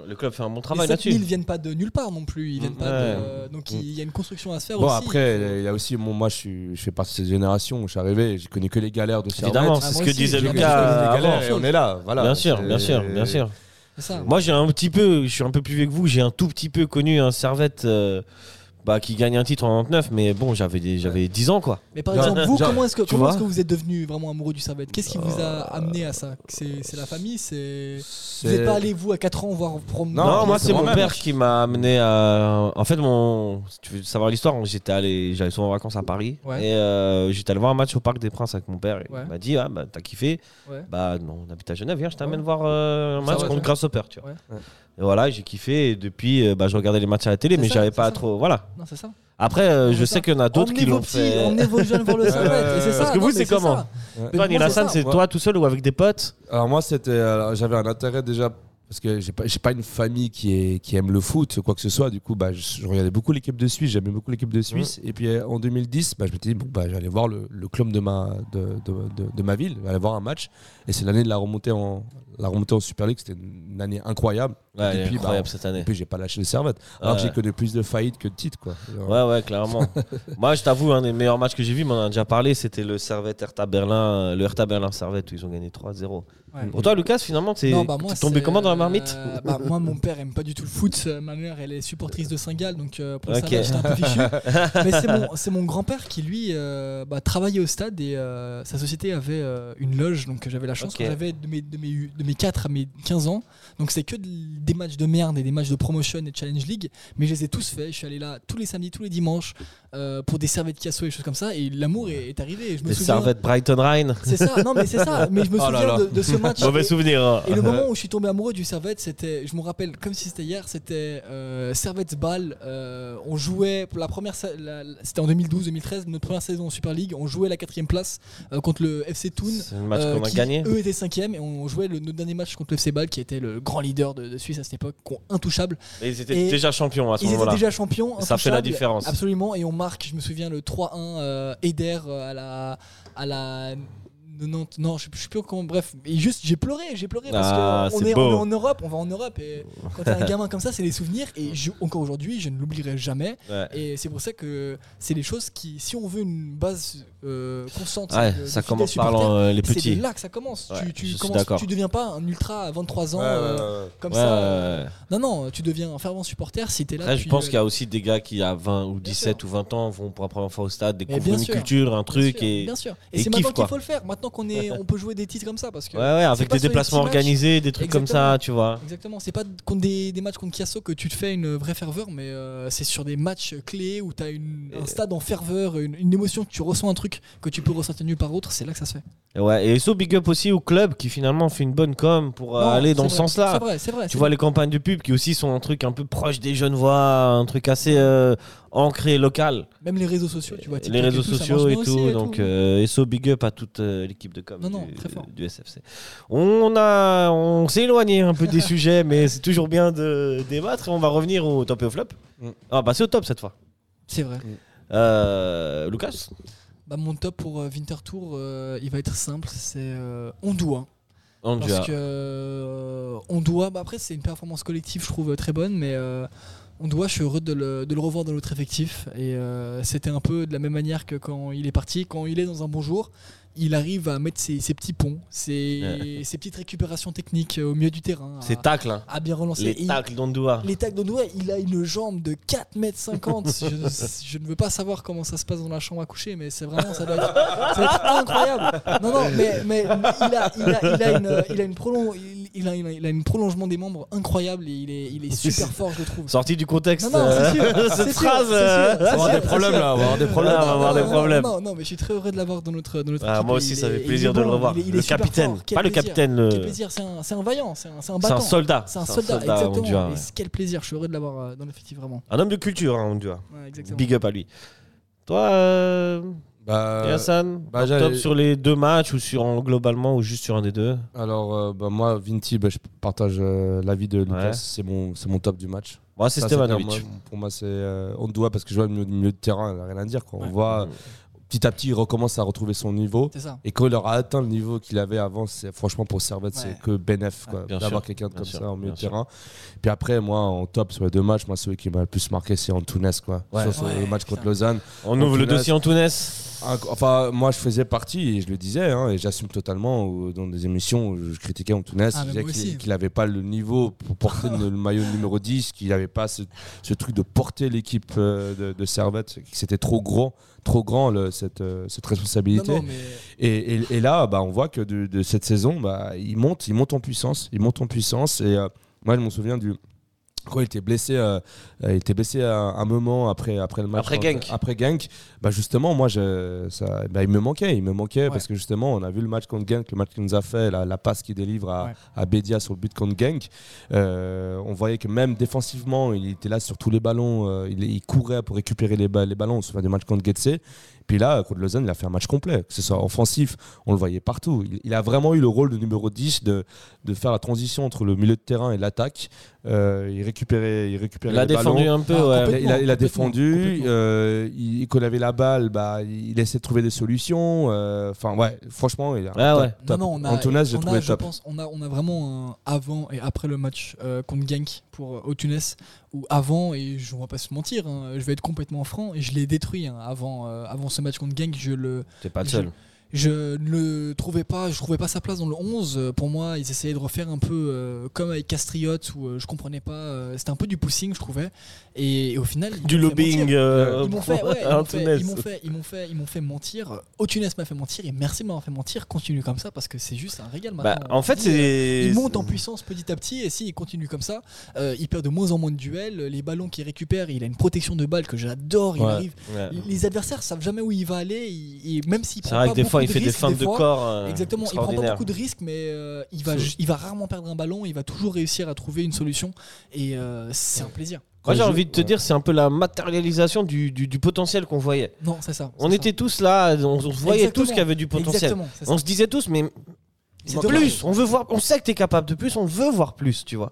Speaker 3: un, le club fait un bon
Speaker 4: Les
Speaker 3: travail
Speaker 4: 7 000
Speaker 3: là-dessus.
Speaker 4: viennent pas de nulle part non plus. Ils viennent pas de-
Speaker 3: Ouais.
Speaker 4: euh, donc il y a une construction à se faire
Speaker 5: Bon
Speaker 4: aussi.
Speaker 5: après il y a aussi bon, moi je, suis, je fais partie de cette génération où je suis arrivé, j'ai connu que les galères de Servette.
Speaker 3: Évidemment,
Speaker 4: Ah,
Speaker 3: c'est ce
Speaker 4: moi
Speaker 3: que
Speaker 4: aussi,
Speaker 3: disait
Speaker 5: J'ai
Speaker 4: j'ai
Speaker 5: connu
Speaker 3: Lucas
Speaker 5: que les
Speaker 3: avant.
Speaker 5: galères et on est là, voilà.
Speaker 3: bien sûr,
Speaker 5: C'est-
Speaker 3: bien sûr, bien sûr.
Speaker 4: C'est ça.
Speaker 3: Moi, j'ai un petit peu, je suis un peu plus vieux que vous, j'ai un tout petit peu connu un Servette euh, bah, qui gagne un titre en 99, mais bon, j'avais des- j'avais 10 ans quoi.
Speaker 4: Mais par
Speaker 5: Genre-
Speaker 4: exemple, vous,
Speaker 5: genre,
Speaker 4: comment est-ce que,
Speaker 3: tu
Speaker 4: comment est-ce
Speaker 3: vois Euh,
Speaker 4: que vous êtes devenu vraiment amoureux du Servette Qu'est-ce qui vous a amené à ça C'est c'est la famille c'est... Vous n'êtes pas allé, vous, à 4 ans, voir promener
Speaker 5: Non,
Speaker 3: Non,
Speaker 5: non,
Speaker 3: moi,
Speaker 5: c'est
Speaker 3: c'est mon
Speaker 5: moi-même.
Speaker 3: père qui m'a amené à. En fait, mon. Si tu veux savoir l'histoire, hein, j'étais allé, j'allais souvent en vacances à Paris.
Speaker 4: Ouais.
Speaker 3: Et euh, j'étais allé voir un match au Parc des Princes avec mon père. Et
Speaker 4: Ouais.
Speaker 3: Il m'a dit, ah, bah, t'as kiffé
Speaker 4: Ouais.
Speaker 3: Bah, non, on habite à Genève, viens, je t'amène
Speaker 4: Ouais.
Speaker 3: voir euh, un
Speaker 4: Ça
Speaker 3: match
Speaker 4: va,
Speaker 3: contre
Speaker 4: ouais.
Speaker 3: Grasshopper, tu vois.
Speaker 4: Ouais.
Speaker 5: Ouais.
Speaker 3: Et voilà, j'ai kiffé. Et depuis, euh, bah, je regardais les matchs à la télé,
Speaker 4: C'est
Speaker 3: mais
Speaker 4: ça,
Speaker 3: j'avais
Speaker 4: c'est
Speaker 3: pas
Speaker 4: ça.
Speaker 3: trop. Voilà.
Speaker 4: Non, c'est ça.
Speaker 3: Après, euh,
Speaker 4: Ouais,
Speaker 3: je
Speaker 4: c'est
Speaker 3: sais
Speaker 4: ça.
Speaker 3: qu'il y en a d'autres qui
Speaker 4: Emmenez vos
Speaker 3: l'ont
Speaker 4: petits,
Speaker 3: fait.
Speaker 4: Emmenez vos jeunes voir le Servette.
Speaker 5: Ouais.
Speaker 4: et c'est ça.
Speaker 5: Parce
Speaker 3: que vous,
Speaker 4: non,
Speaker 3: c'est
Speaker 4: mais
Speaker 3: comment
Speaker 4: ça.
Speaker 5: Ouais.
Speaker 4: Mais
Speaker 3: Toi,
Speaker 4: moi,
Speaker 3: Nilassan,
Speaker 4: ça.
Speaker 3: c'est
Speaker 5: Ouais.
Speaker 3: toi tout seul ou avec des potes
Speaker 5: Alors moi, c'était, alors, j'avais un intérêt déjà parce que j'ai pas, j'ai pas une famille qui, est, qui aime le foot, quoi que ce soit. Du coup, bah, je, je regardais beaucoup l'équipe de Suisse, j'aimais beaucoup l'équipe de Suisse. Et puis euh, en 2010, bah, je me suis dit, bon, bah, j'allais voir le, le club de ma, de, de- de- de ma ville, j'allais voir un match. Et c'est l'année de la remontée en, la remontée en Super League, c'était une année incroyable.
Speaker 3: Ouais, elle est
Speaker 5: puis, bah,
Speaker 3: incroyable cette année.
Speaker 5: Et puis j'ai pas lâché le servette. Alors que
Speaker 3: Ouais.
Speaker 5: j'ai connu plus de faillites que de titres. Quoi. Alors,
Speaker 3: Ouais, ouais, clairement. Moi, je t'avoue, un des meilleurs matchs que j'ai vu, mais on en a déjà parlé, c'était le Servette Hertha Berlin, euh, le Hertha Berlin Servette où ils ont gagné 3-0.
Speaker 4: Ouais.
Speaker 3: Pour toi, Lucas, finalement, t'es
Speaker 4: Non, bah, moi,
Speaker 3: t'es tombé
Speaker 4: c'est-
Speaker 3: comment dans la marmite
Speaker 4: euh, bah, Moi, mon père aime pas du tout le foot. Euh, Ma mère, elle est supportrice de Saint-Gall, donc euh, pour
Speaker 3: Ok.
Speaker 4: ça, j'étais un peu fichu. Mais c'est mon, c'est mon grand-père qui, lui, euh, bah, travaillait au stade et euh, sa société avait euh, une loge, donc j'avais la chance.
Speaker 3: Ok.
Speaker 4: quand J'avais de mes, de, mes, de de mes 4 à mes 15 ans. Donc c'est que de- des matchs de merde et des matchs de promotion et de challenge league. Mais je les ai tous faits. Je suis allé là tous les samedis, tous les dimanches euh, pour des servettes casso et des choses comme ça. Et l'amour est, est arrivé. Et Je me
Speaker 3: Les
Speaker 4: souviens.
Speaker 3: servettes Brighton Rhine.
Speaker 4: C'est ça. Non mais c'est ça. Mais je me
Speaker 5: Oh là
Speaker 4: souviens
Speaker 5: là.
Speaker 4: De, de ce match.
Speaker 3: Mauvais
Speaker 4: Et-
Speaker 3: souvenir. hein.
Speaker 4: et le moment où je suis tombé amoureux du Servette, c'était, je me rappelle comme si c'était hier, c'était euh, Servette Ball. euh, on jouait pour la première, sa- la- la- c'était en 2012-2013, notre première saison en Super League. On jouait la quatrième place euh, contre le FC Toon.
Speaker 3: C'est le match
Speaker 4: euh,
Speaker 3: qu'on a
Speaker 4: qui,
Speaker 3: gagné.
Speaker 4: Eux étaient cinquième et on jouait le, notre dernier match contre le FC Ball qui était le grand leader de, de Suisse à cette époque, qu'on- intouchable.
Speaker 3: Et Ils étaient
Speaker 4: et-
Speaker 3: déjà champions à ce
Speaker 4: Ils étaient
Speaker 3: moment-là.
Speaker 4: déjà champions.
Speaker 3: Ça fait la
Speaker 4: intouchables,
Speaker 3: différence.
Speaker 4: Absolument. Et on marque, je me souviens, le 3-1 euh, Eder euh, à la. À la 90 non, je sais plus- je sais plus comment. Bref, et juste j'ai pleuré, j'ai pleuré parce
Speaker 3: Ah,
Speaker 4: qu'on
Speaker 3: c'est
Speaker 4: est,
Speaker 3: beau.
Speaker 4: on est en Europe, on va en Europe et quand t'as un gamin comme ça, c'est des souvenirs et je- encore aujourd'hui, je ne l'oublierai jamais.
Speaker 3: Ouais.
Speaker 4: Et c'est pour ça que c'est des choses qui, si on veut une base euh, constante,
Speaker 3: Ouais,
Speaker 4: de- de
Speaker 3: ça
Speaker 4: fidèles
Speaker 3: commence par
Speaker 4: supporters,
Speaker 3: l'en- les
Speaker 4: c'est
Speaker 3: petits.
Speaker 4: de là que ça commence.
Speaker 3: Ouais,
Speaker 4: tu,
Speaker 3: je
Speaker 4: tu,
Speaker 3: suis
Speaker 4: commences-
Speaker 3: d'accord.
Speaker 4: tu deviens pas un ultra à 23 ans euh, comme
Speaker 3: Ouais,
Speaker 4: ça.
Speaker 3: ouais, ouais.
Speaker 4: Non, non, tu deviens un fervent supporter si t'es là.
Speaker 3: Après, je
Speaker 4: depuis,
Speaker 3: pense
Speaker 4: euh,
Speaker 3: qu'il y a aussi des gars qui, à 20 ou
Speaker 4: Bien
Speaker 3: 17 ou 20 ans, vont pour la première fois au stade,
Speaker 4: bien
Speaker 3: découvrir une
Speaker 4: sûr.
Speaker 3: culture, un
Speaker 4: Bien
Speaker 3: truc.
Speaker 4: sûr,
Speaker 3: et...
Speaker 4: bien sûr. Et,
Speaker 3: et
Speaker 4: c'est
Speaker 3: kiff,
Speaker 4: maintenant qu'il
Speaker 3: quoi.
Speaker 4: faut le faire. Maintenant qu'on est, on peut jouer des titres comme ça parce que.
Speaker 3: Ouais, ouais, avec
Speaker 4: pas
Speaker 3: des
Speaker 4: sur les
Speaker 3: déplacements
Speaker 4: petits matchs.
Speaker 3: organisés, des trucs comme ça, tu vois.
Speaker 4: Exactement. C'est pas contre des, des matchs contre Chiasso que tu te fais une vraie ferveur, mais euh, c'est sur des matchs clés où t'as une un stade en ferveur, une, une émotion que tu ressens un truc que tu peux ressentir nulle part autre. C'est là que ça se fait.
Speaker 3: Et ouais, et so big up aussi au club qui finalement fait une bonne com pour euh,
Speaker 4: Non,
Speaker 3: aller dans
Speaker 4: c'est
Speaker 3: ce
Speaker 4: vrai,
Speaker 3: sens-là.
Speaker 4: C'est vrai, c'est vrai.
Speaker 3: Tu vois les campagnes de pub qui aussi sont un truc un peu proche des jeunes voix, un truc assez euh, ancré local.
Speaker 4: Même les réseaux sociaux, tu vois. TikTok
Speaker 3: les réseaux
Speaker 4: et tout, ça
Speaker 3: sociaux
Speaker 4: marche
Speaker 3: et
Speaker 4: bien
Speaker 3: tout.
Speaker 4: aussi
Speaker 3: donc, euh, SO big up à toute euh, l'équipe de com
Speaker 4: Non, non,
Speaker 3: du,
Speaker 4: très fort.
Speaker 3: du SFC. On, a- on s'est éloigné un peu des sujets, mais c'est toujours bien de débattre. Et on va revenir au top et au flop.
Speaker 5: Mm.
Speaker 3: On va passer au top cette fois.
Speaker 4: C'est vrai.
Speaker 3: Mm. Euh, Lucas
Speaker 4: Bah, mon top pour euh, Winter Tour, euh, il va être simple. C'est euh, on doit.
Speaker 3: On
Speaker 4: Parce que euh, on doit. bah après, c'est une performance collective, je trouve euh, très bonne, mais euh, on doit. Je suis heureux de le, de le revoir dans notre effectif. Et euh, c'était un peu de la même manière que quand il est parti. Quand il est dans un bon jour, il arrive à mettre ses, ses petits ponts, ses, ses petites récupérations techniques euh, au milieu du terrain.
Speaker 3: C'est
Speaker 4: à,
Speaker 3: tacle, hein.
Speaker 4: à bien relancer. Et
Speaker 3: les
Speaker 4: il-
Speaker 3: tacles d'Ondoua.
Speaker 4: les tacs d'Ondoa, il a une jambe de 4 m 50. je, je ne veux pas savoir comment ça se passe dans la chambre à coucher, mais c'est vraiment, ça doit être, ça doit être incroyable. Non, non, mais, mais il, a, il, a, il a une, il a une prolon- il, il a, il a- il a une prolongement des membres incroyable et il est, il est super fort, je le trouve.
Speaker 3: Sorti du contexte.
Speaker 4: Non, non, c'est sûr,
Speaker 3: euh,
Speaker 4: c'est
Speaker 3: cette
Speaker 4: sûr,
Speaker 3: phrase.
Speaker 4: c'est
Speaker 3: euh,
Speaker 4: sûr, c'est
Speaker 5: On va avoir
Speaker 4: sûr.
Speaker 5: des problèmes là, on va avoir des problèmes.
Speaker 3: Là, on va avoir des
Speaker 4: non,
Speaker 3: problèmes.
Speaker 4: Non, non, mais je suis très heureux de l'avoir dans notre, dans notre
Speaker 3: Ah,
Speaker 4: équipe.
Speaker 3: moi
Speaker 4: Il
Speaker 3: aussi, ça
Speaker 4: est-
Speaker 3: fait
Speaker 4: il est
Speaker 3: plaisir de
Speaker 4: bon,
Speaker 3: le revoir.
Speaker 4: il est- il est
Speaker 3: le
Speaker 4: super
Speaker 3: capitaine,
Speaker 4: fort. Quel
Speaker 3: pas le
Speaker 4: plaisir.
Speaker 3: capitaine, le-
Speaker 4: Quel plaisir, c'est un, c'est un vaillant, c'est un, c'est un
Speaker 3: c'est un
Speaker 4: battant.
Speaker 3: soldat.
Speaker 4: C'est un soldat,
Speaker 3: Ondua,
Speaker 4: exactement.
Speaker 3: ouais.
Speaker 4: Et quel plaisir, je suis heureux de l'avoir euh, dans l'effectif, vraiment.
Speaker 3: Un homme de culture, hein, Ondua.
Speaker 4: Ouais, exactement.
Speaker 3: Big up à lui. Toi, euh,
Speaker 5: Bah,
Speaker 3: Yassan,
Speaker 5: bah,
Speaker 3: un
Speaker 5: j'allais-
Speaker 3: top sur les deux matchs ou sur en- globalement ou juste sur un des deux
Speaker 5: Alors, euh, bah, moi, Vinti, bah, je partage euh, l'avis de Lucas.
Speaker 3: Ouais.
Speaker 5: C'est mon, c'est mon top du match.
Speaker 3: Moi, Bah, c'est
Speaker 5: Ça, c'est
Speaker 3: Stevanovic.
Speaker 5: pour moi- Pour moi, c'est euh, on doit parce que je vois le milieu, milieu de terrain, il a rien à dire. Quoi.
Speaker 4: Ouais.
Speaker 5: On voit euh, petit à petit, il recommence à retrouver son niveau.
Speaker 4: C'est ça.
Speaker 5: Et quand il aura atteint le niveau qu'il avait avant, c'est franchement pour Servette,
Speaker 4: Ouais.
Speaker 5: c'est que bénéf quoi,
Speaker 3: Ah, bien
Speaker 5: d'avoir
Speaker 3: sûr,
Speaker 5: quelqu'un de
Speaker 3: bien
Speaker 5: comme
Speaker 3: sûr,
Speaker 5: ça en
Speaker 3: bien
Speaker 5: milieu de terrain. Puis après, moi, en top sur les deux matchs, moi, celui qui m'a le plus marqué, c'est Antunes, quoi.
Speaker 3: Ouais.
Speaker 5: Sur
Speaker 4: Ouais,
Speaker 5: le match
Speaker 4: putain.
Speaker 5: contre Lausanne.
Speaker 3: On ouvre le
Speaker 5: Antunes.
Speaker 3: dossier Antunes.
Speaker 5: Un- Enfin, moi, je faisais partie, et je le disais, hein, et j'assume totalement, où, dans des émissions où je critiquais Antunes,
Speaker 4: Ah, mais
Speaker 5: je disais
Speaker 4: moi aussi.
Speaker 5: qu'il- qu'il n'avait pas le niveau pour porter le maillot numéro 10, qu'il n'avait pas ce, ce truc de porter l'équipe euh, de, de Servette, que c'était trop grand, trop grand le- cette, euh, cette
Speaker 4: Non,
Speaker 5: responsabilité.
Speaker 4: non, mais
Speaker 5: Et, et- et là, bah, on voit que de, de cette saison, bah, il monte, il monte en puissance, il monte en puissance. Et euh, moi, je m'en souviens du quand il était blessé, euh, euh, il était blessé à un moment après après le match.
Speaker 3: Après
Speaker 5: contre-
Speaker 3: Genk.
Speaker 5: Après Genk, bah justement, moi, je, ça, bah, il me manquait, il me manquait parce que justement, on a vu le match contre Genk, le match qu'il nous a fait, la, la passe qu'il délivre à,
Speaker 4: Ouais.
Speaker 5: à Bedia sur le but contre Genk. Euh, on voyait que même défensivement, il était là sur tous les ballons, euh, il, il courait pour récupérer les, ba- les ballons. On se souvient du match contre Getse. Puis là, contre Lausanne, il a fait un match complet, que ce soit offensif, on le voyait partout. Il, il a vraiment eu le rôle de numéro 10 de, de faire la transition entre le milieu de terrain et l'attaque. Euh, il récupérait, il récupérait
Speaker 3: Il a
Speaker 5: les ballons.
Speaker 3: défendu hein, un peu,
Speaker 4: Ah,
Speaker 3: ouais.
Speaker 5: Il a, il a- il a
Speaker 4: Complètement,
Speaker 5: défendu,
Speaker 4: complètement.
Speaker 5: euh, il, quand il avait la balle, bah, il essayait de trouver des solutions. euh, Enfin, ouais, franchement, il a.
Speaker 3: Ouais, Ah ouais.
Speaker 5: top.
Speaker 4: non, non, on a,
Speaker 5: Antunes, j'ai
Speaker 4: on a,
Speaker 5: trouvé
Speaker 4: je
Speaker 5: top.
Speaker 4: pense, on a, on a vraiment un avant et après le match euh, contre Genk pour euh, au Tunis où avant et je on va pas se mentir, hein, je vais être complètement franc et je l'ai détruit hein, avant euh, avant ce match contre Genk, je le
Speaker 3: T'es pas le
Speaker 4: Je-
Speaker 3: seul.
Speaker 4: Je ne le trouvais pas, je trouvais pas sa place dans le 11. Euh, Pour moi, ils essayaient de refaire un peu euh, comme avec Castriot où euh, je comprenais pas. euh, C'était un peu du poussing, je trouvais. Et, et au final, ils
Speaker 3: Du
Speaker 4: m'ont fait mentir.
Speaker 3: lobbying. euh,
Speaker 4: Ils m'ont fait, ouais, ils
Speaker 3: à
Speaker 4: m'ont fait,
Speaker 3: Antunes.
Speaker 4: ils m'ont fait, ils m'ont fait, ils m'ont fait mentir. Otunes m'a fait mentir et merci de m'avoir fait mentir. Continue comme ça parce que c'est juste un régal
Speaker 3: Bah,
Speaker 4: maintenant.
Speaker 3: en fait, c'est.
Speaker 4: Ils montent en puissance petit à petit et s'ils continuent comme ça, euh, ils perdent de moins en moins de duels. Les ballons qu'il récupère, il a une protection de balle que j'adore. Il
Speaker 5: Ouais.
Speaker 4: arrive.
Speaker 3: Ouais.
Speaker 4: Les adversaires savent jamais où il va aller. il- il- même s'il
Speaker 3: C'est
Speaker 4: prend
Speaker 3: vrai
Speaker 4: pas
Speaker 3: que des
Speaker 4: beaucoup
Speaker 3: fois, il
Speaker 4: de
Speaker 3: fait des
Speaker 4: risques,
Speaker 3: feintes de
Speaker 4: fois,
Speaker 3: corps. euh,
Speaker 4: Exactement, il prend pas
Speaker 3: extraordinaires.
Speaker 4: beaucoup de risques, mais euh, il, va,
Speaker 3: C'est-
Speaker 4: ju- il va rarement perdre un ballon, il va toujours réussir à trouver une solution, et euh, c'est un plaisir.
Speaker 3: Moi, j'ai
Speaker 5: Quand je-
Speaker 3: envie de te
Speaker 5: ouais.
Speaker 3: dire, c'est un peu la matérialisation du, du- du potentiel qu'on voyait.
Speaker 4: Non, c'est ça.
Speaker 3: On
Speaker 4: c'est
Speaker 3: était tous là, on, on voyait
Speaker 4: Exactement.
Speaker 3: tous qu'il y avait du
Speaker 4: ça.
Speaker 3: potentiel.
Speaker 4: Exactement, c'est ça.
Speaker 3: On se disait tous, mais
Speaker 4: C'est dommage.
Speaker 3: plus, on veut voir, on sait que t'es capable de plus, on veut voir plus, tu vois.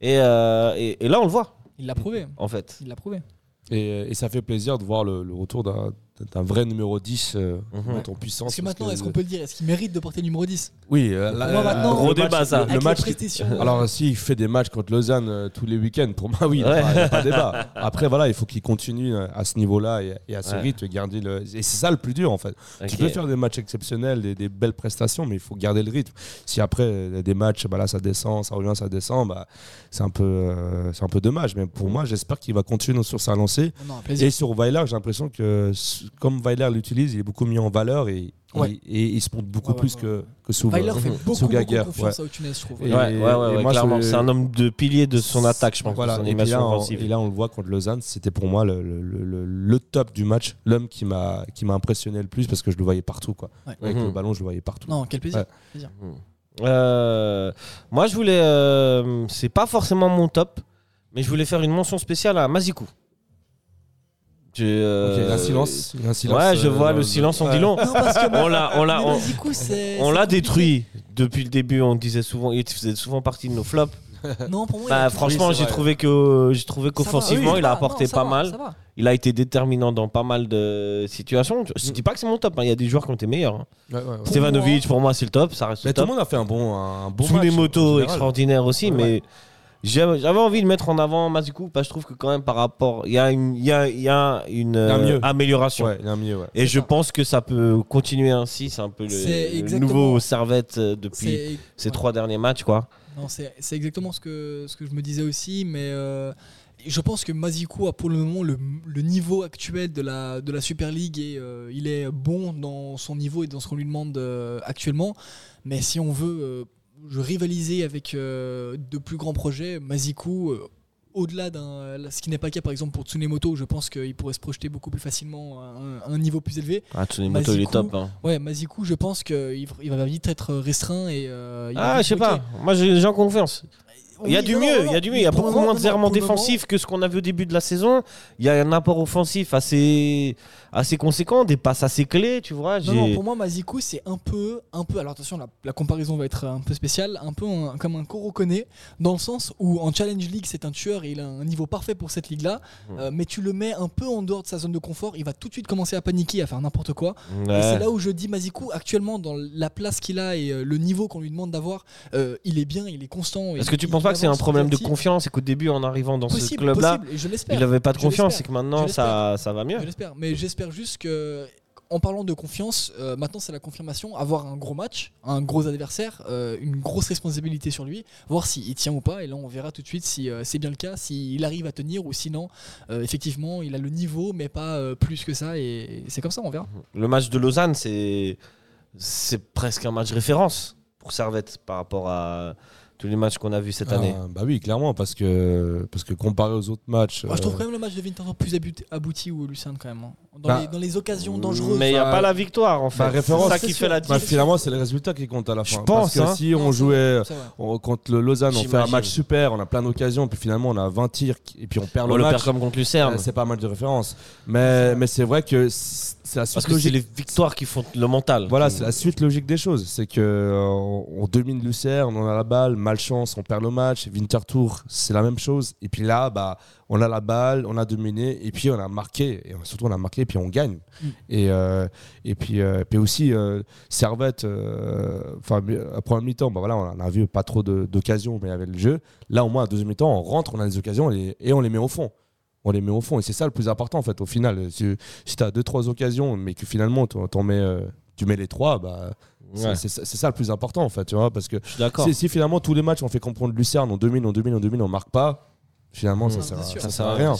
Speaker 3: Et, euh, et- et là, on le voit,
Speaker 4: Il l'a prouvé.
Speaker 3: en fait.
Speaker 4: Il l'a prouvé.
Speaker 5: Et, et ça fait plaisir de voir le, le retour d'un d'un vrai numéro 10 euh,
Speaker 3: Mhm.
Speaker 5: en puissance.
Speaker 4: Parce que maintenant,
Speaker 5: parce
Speaker 4: est-ce qu'on peut le dire Est-ce qu'il mérite de porter le numéro 10
Speaker 5: Oui, euh, la-
Speaker 4: moi, maintenant,
Speaker 5: le
Speaker 3: Gros
Speaker 5: match-
Speaker 3: débat, ça.
Speaker 5: Le
Speaker 4: Avec
Speaker 5: match.
Speaker 4: les
Speaker 5: qui-
Speaker 4: prestations-
Speaker 5: Alors, s'il fait des matchs contre Lausanne euh, tous les week-ends, pour moi, oui, il n'y a,
Speaker 3: Ouais.
Speaker 5: pas- il y a pas débat. Après, voilà, il faut qu'il continue euh, à ce niveau-là et, et à ce
Speaker 3: Ouais.
Speaker 5: rythme. Garder le... Et c'est ça le plus dur, en fait. Tu
Speaker 3: Ok.
Speaker 5: peux faire des matchs exceptionnels, des, des belles prestations, mais il faut garder le rythme. Si après, euh, des matchs, bah là, ça descend, ça revient, ça descend, bah, c'est un, peu, euh, c'est un peu dommage. Mais pour moi, j'espère qu'il va continuer sur sa lancée.
Speaker 4: Non, un plaisir.
Speaker 5: Et sur Weiler, j'ai l'impression que s- comme Weiler l'utilise, il est beaucoup mis en valeur et,
Speaker 4: Ouais.
Speaker 5: et, et il se montre beaucoup
Speaker 4: Ouais, ouais,
Speaker 5: plus
Speaker 4: ouais,
Speaker 5: que, que Souga.
Speaker 4: Weiler fait
Speaker 5: Mhm.
Speaker 4: beaucoup, beaucoup
Speaker 5: Souga Guerre,
Speaker 4: confiance à Otunes, je trouve.
Speaker 5: Et-
Speaker 3: Ouais, ouais, ouais,
Speaker 5: et
Speaker 3: ouais,
Speaker 5: moi,
Speaker 3: clairement,
Speaker 5: je-
Speaker 3: c'est un homme de pilier de son attaque, je pense,
Speaker 5: Voilà.
Speaker 3: de son
Speaker 5: Et, puis
Speaker 3: animation
Speaker 5: là, on,
Speaker 3: offensive.
Speaker 5: et là, on le voit contre Lausanne, c'était pour moi le, le, le- le- le top du match, l'homme qui m'a qui m'a impressionné le plus parce que je le voyais partout. Quoi.
Speaker 4: Ouais.
Speaker 5: Avec
Speaker 3: Mhm.
Speaker 5: le ballon, je le voyais partout.
Speaker 4: Non, quel plaisir.
Speaker 5: Ouais.
Speaker 3: Euh, moi, je voulais. euh, c'est pas forcément mon top, mais je voulais faire une mention spéciale à Mazikou. Je,
Speaker 5: Ok,
Speaker 3: euh,
Speaker 5: il y a un silence. il y a un silence,
Speaker 3: ouais, je
Speaker 5: euh,
Speaker 3: vois
Speaker 5: dans-
Speaker 3: le silence, on
Speaker 5: Ouais.
Speaker 3: dit long.
Speaker 4: Non, parce que
Speaker 3: On l'a, on l'a,
Speaker 4: Mais
Speaker 3: on,
Speaker 4: Mazikou, c'est-
Speaker 3: on
Speaker 4: c'est
Speaker 3: l'a
Speaker 4: compliqué.
Speaker 3: détruit depuis le début. On disait souvent, il faisait souvent partie de nos flops.
Speaker 4: Non, pour moi, il a
Speaker 3: Bah,
Speaker 4: tout-
Speaker 3: franchement,
Speaker 5: Oui, c'est
Speaker 3: j'ai
Speaker 5: vrai.
Speaker 3: trouvé que j'ai trouvé
Speaker 4: ça va,
Speaker 3: qu'offensivement,
Speaker 4: oui,
Speaker 3: il a
Speaker 4: ça va,
Speaker 3: apporté
Speaker 4: non, ça
Speaker 3: pas
Speaker 4: va,
Speaker 3: mal.
Speaker 4: ça va.
Speaker 3: Il a été déterminant dans pas mal de situations. Je dis pas que c'est mon top. hein. Il y a des joueurs qui ont été meilleurs. hein.
Speaker 5: Ouais, ouais, ouais.
Speaker 3: Stevanovic, pour moi, c'est le top. Ça reste
Speaker 5: Mais
Speaker 3: le
Speaker 5: tout le
Speaker 3: top.
Speaker 5: monde a fait un bon, un bon
Speaker 3: Sous
Speaker 5: match.
Speaker 3: les
Speaker 5: en
Speaker 3: motos
Speaker 5: général.
Speaker 3: extraordinaires aussi,
Speaker 5: Ouais,
Speaker 3: mais j'ai- j'avais envie de mettre en avant Mazikou parce que je trouve que quand même par rapport, il y a une, il y a- il y a une
Speaker 5: Il y a
Speaker 3: euh,
Speaker 5: mieux.
Speaker 3: amélioration.
Speaker 5: Ouais, il y a un milieu, ouais.
Speaker 3: Et je
Speaker 4: ça.
Speaker 3: pense que ça peut continuer ainsi. C'est un peu le,
Speaker 4: C'est
Speaker 3: le
Speaker 4: exactement-
Speaker 3: nouveau Servette euh, depuis
Speaker 4: C'est-
Speaker 3: ces
Speaker 4: ouais.
Speaker 3: trois derniers matchs, quoi.
Speaker 4: Non, c'est c'est exactement ce que, ce que je me disais aussi, mais euh, je pense que Mazikou a pour le moment le, le niveau actuel de la, de la Super League et euh, il est bon dans son niveau et dans ce qu'on lui demande euh, actuellement. Mais si on veut euh, je rivaliser avec euh, de plus grands projets, Mazikou. euh, au-delà d'un là, ce qui n'est pas le cas par exemple pour Tsunemoto, où je pense qu'il pourrait se projeter beaucoup plus facilement à un- à un niveau plus élevé.
Speaker 3: Ah, Tsunemoto, il est
Speaker 4: Mazikou,
Speaker 3: top. hein.
Speaker 4: Ouais, Mazikou, je pense qu'il il va vite être restreint et euh, il va
Speaker 3: Ah,
Speaker 4: vite
Speaker 3: je sais
Speaker 4: bloquer.
Speaker 3: pas. Moi, j'ai j'ai en confiance. Il y a
Speaker 4: Oui,
Speaker 3: du
Speaker 4: non,
Speaker 3: mieux,
Speaker 4: non,
Speaker 3: il y a du
Speaker 4: non,
Speaker 3: mieux. Il y a
Speaker 4: pour le
Speaker 3: beaucoup moins
Speaker 4: moment,
Speaker 3: de
Speaker 4: non,
Speaker 3: errements
Speaker 4: pour le moment,
Speaker 3: défensifs que ce qu'on a vu au début de la saison. Il y a un apport offensif assez, assez conséquent, des passes assez clés, tu vois.
Speaker 4: Non,
Speaker 3: j'ai-
Speaker 4: non, pour moi, Mazikou, c'est un peu, un peu. Alors attention, la, la comparaison va être un peu spéciale, un peu un- comme un Coroconé, dans le sens où en Challenge League, c'est un tueur et il a un niveau parfait pour cette ligue-là.
Speaker 3: Mhm.
Speaker 4: euh, mais tu le mets un peu en dehors de sa zone de confort, il va tout de suite commencer à paniquer, à faire n'importe quoi.
Speaker 3: Ouais.
Speaker 4: Et c'est là où je dis Mazikou, actuellement, dans la place qu'il a et euh, le niveau qu'on lui demande d'avoir, euh, il est bien, il est constant. et
Speaker 3: Est-ce que tu
Speaker 4: il
Speaker 3: penses pas que c'est un
Speaker 4: avance petit
Speaker 3: problème
Speaker 4: à
Speaker 3: de
Speaker 4: petit.
Speaker 3: confiance et qu'au début, en arrivant dans ce
Speaker 4: Possible,
Speaker 3: club-là,
Speaker 4: possible, et je l'espère.
Speaker 3: il n'avait pas de
Speaker 4: Je
Speaker 3: confiance et
Speaker 4: l'espère.
Speaker 3: que maintenant,
Speaker 4: Je l'espère.
Speaker 3: ça, ça va mieux
Speaker 4: Je l'espère, mais j'espère juste que. En parlant de confiance, euh, maintenant c'est la confirmation, avoir un gros match, un gros adversaire, euh, une grosse responsabilité sur lui, voir s'il tient ou pas, et là on verra tout de suite si euh, c'est bien le cas, s'il arrive à tenir ou sinon, euh, effectivement, il a le niveau, mais pas euh, plus que ça, et c'est comme ça, on verra.
Speaker 3: Le match de Lausanne, c'est c'est presque un match référence pour Servette par rapport à tous les matchs qu'on a vus cette
Speaker 5: Ah,
Speaker 3: année.
Speaker 5: bah oui, clairement, parce que, parce que comparé aux autres matchs.
Speaker 4: Moi, je trouve
Speaker 5: euh,
Speaker 4: quand même le match de Winterthur plus abouti, abouti ou Lucerne quand même, hein. dans,
Speaker 5: Bah,
Speaker 4: les, dans les occasions dangereuses.
Speaker 3: Mais il n'y a
Speaker 5: Bah,
Speaker 3: pas la victoire, en fait.
Speaker 5: bah, référence,
Speaker 3: c'est ça
Speaker 4: c'est
Speaker 3: qui
Speaker 4: sûr.
Speaker 3: fait la
Speaker 4: Bah,
Speaker 5: Bah,
Speaker 3: différence.
Speaker 5: finalement, c'est les résultats qui comptent à la
Speaker 3: Je
Speaker 5: fin.
Speaker 3: pense,
Speaker 5: Parce que
Speaker 3: hein.
Speaker 5: si on jouait
Speaker 4: C'est vrai.
Speaker 5: on- contre le Lausanne, on fait un
Speaker 3: J'imagine.
Speaker 5: match super, on a plein d'occasions, puis finalement on a 20 tirs, qui- et puis on perd
Speaker 3: On
Speaker 5: le
Speaker 3: le perd
Speaker 5: match.
Speaker 3: comme contre
Speaker 5: Euh,
Speaker 3: Lucerne.
Speaker 5: c'est pas un match de référence. Mais, mais c'est vrai que c- c'est la
Speaker 3: Parce
Speaker 5: suite
Speaker 3: que c'est
Speaker 5: logique.
Speaker 3: les victoires qui font le mental.
Speaker 5: Voilà,
Speaker 3: Qui-
Speaker 5: c'est la suite logique des choses. C'est que euh, on on domine Lucerne, on a la balle, malchance, on perd le match. Winterthur, c'est la même chose. Et puis là, bah, on a la balle, on a dominé, et puis on a marqué. Et surtout, on a marqué, et puis on gagne.
Speaker 4: Mm.
Speaker 5: Et, euh, et puis, euh, puis aussi, euh, Servette, euh, enfin, mi- à première mi-temps, bah voilà, on a vu pas trop de- d'occasions, mais il y avait le jeu. Là, au moins, à deuxième mi-temps, on rentre, on a des occasions et, et on les met au fond. On les met au fond. Et c'est ça le plus important, en fait, au final. Si, tu as deux, trois occasions, mais que finalement, t'en t'en mets. euh, tu tu mets les trois, bah, c'est-
Speaker 3: Ouais,
Speaker 5: c'est ça c'est ça le plus important en fait, tu vois, parce que
Speaker 3: je suis d'accord.
Speaker 5: si, si finalement tous les matchs on fait comprendre Lucerne, on domine, on domine, on domine, on marque pas, finalement ça,
Speaker 3: Mmh.
Speaker 5: sert,
Speaker 4: Bien
Speaker 5: à-
Speaker 4: sûr.
Speaker 5: ça sert à rien.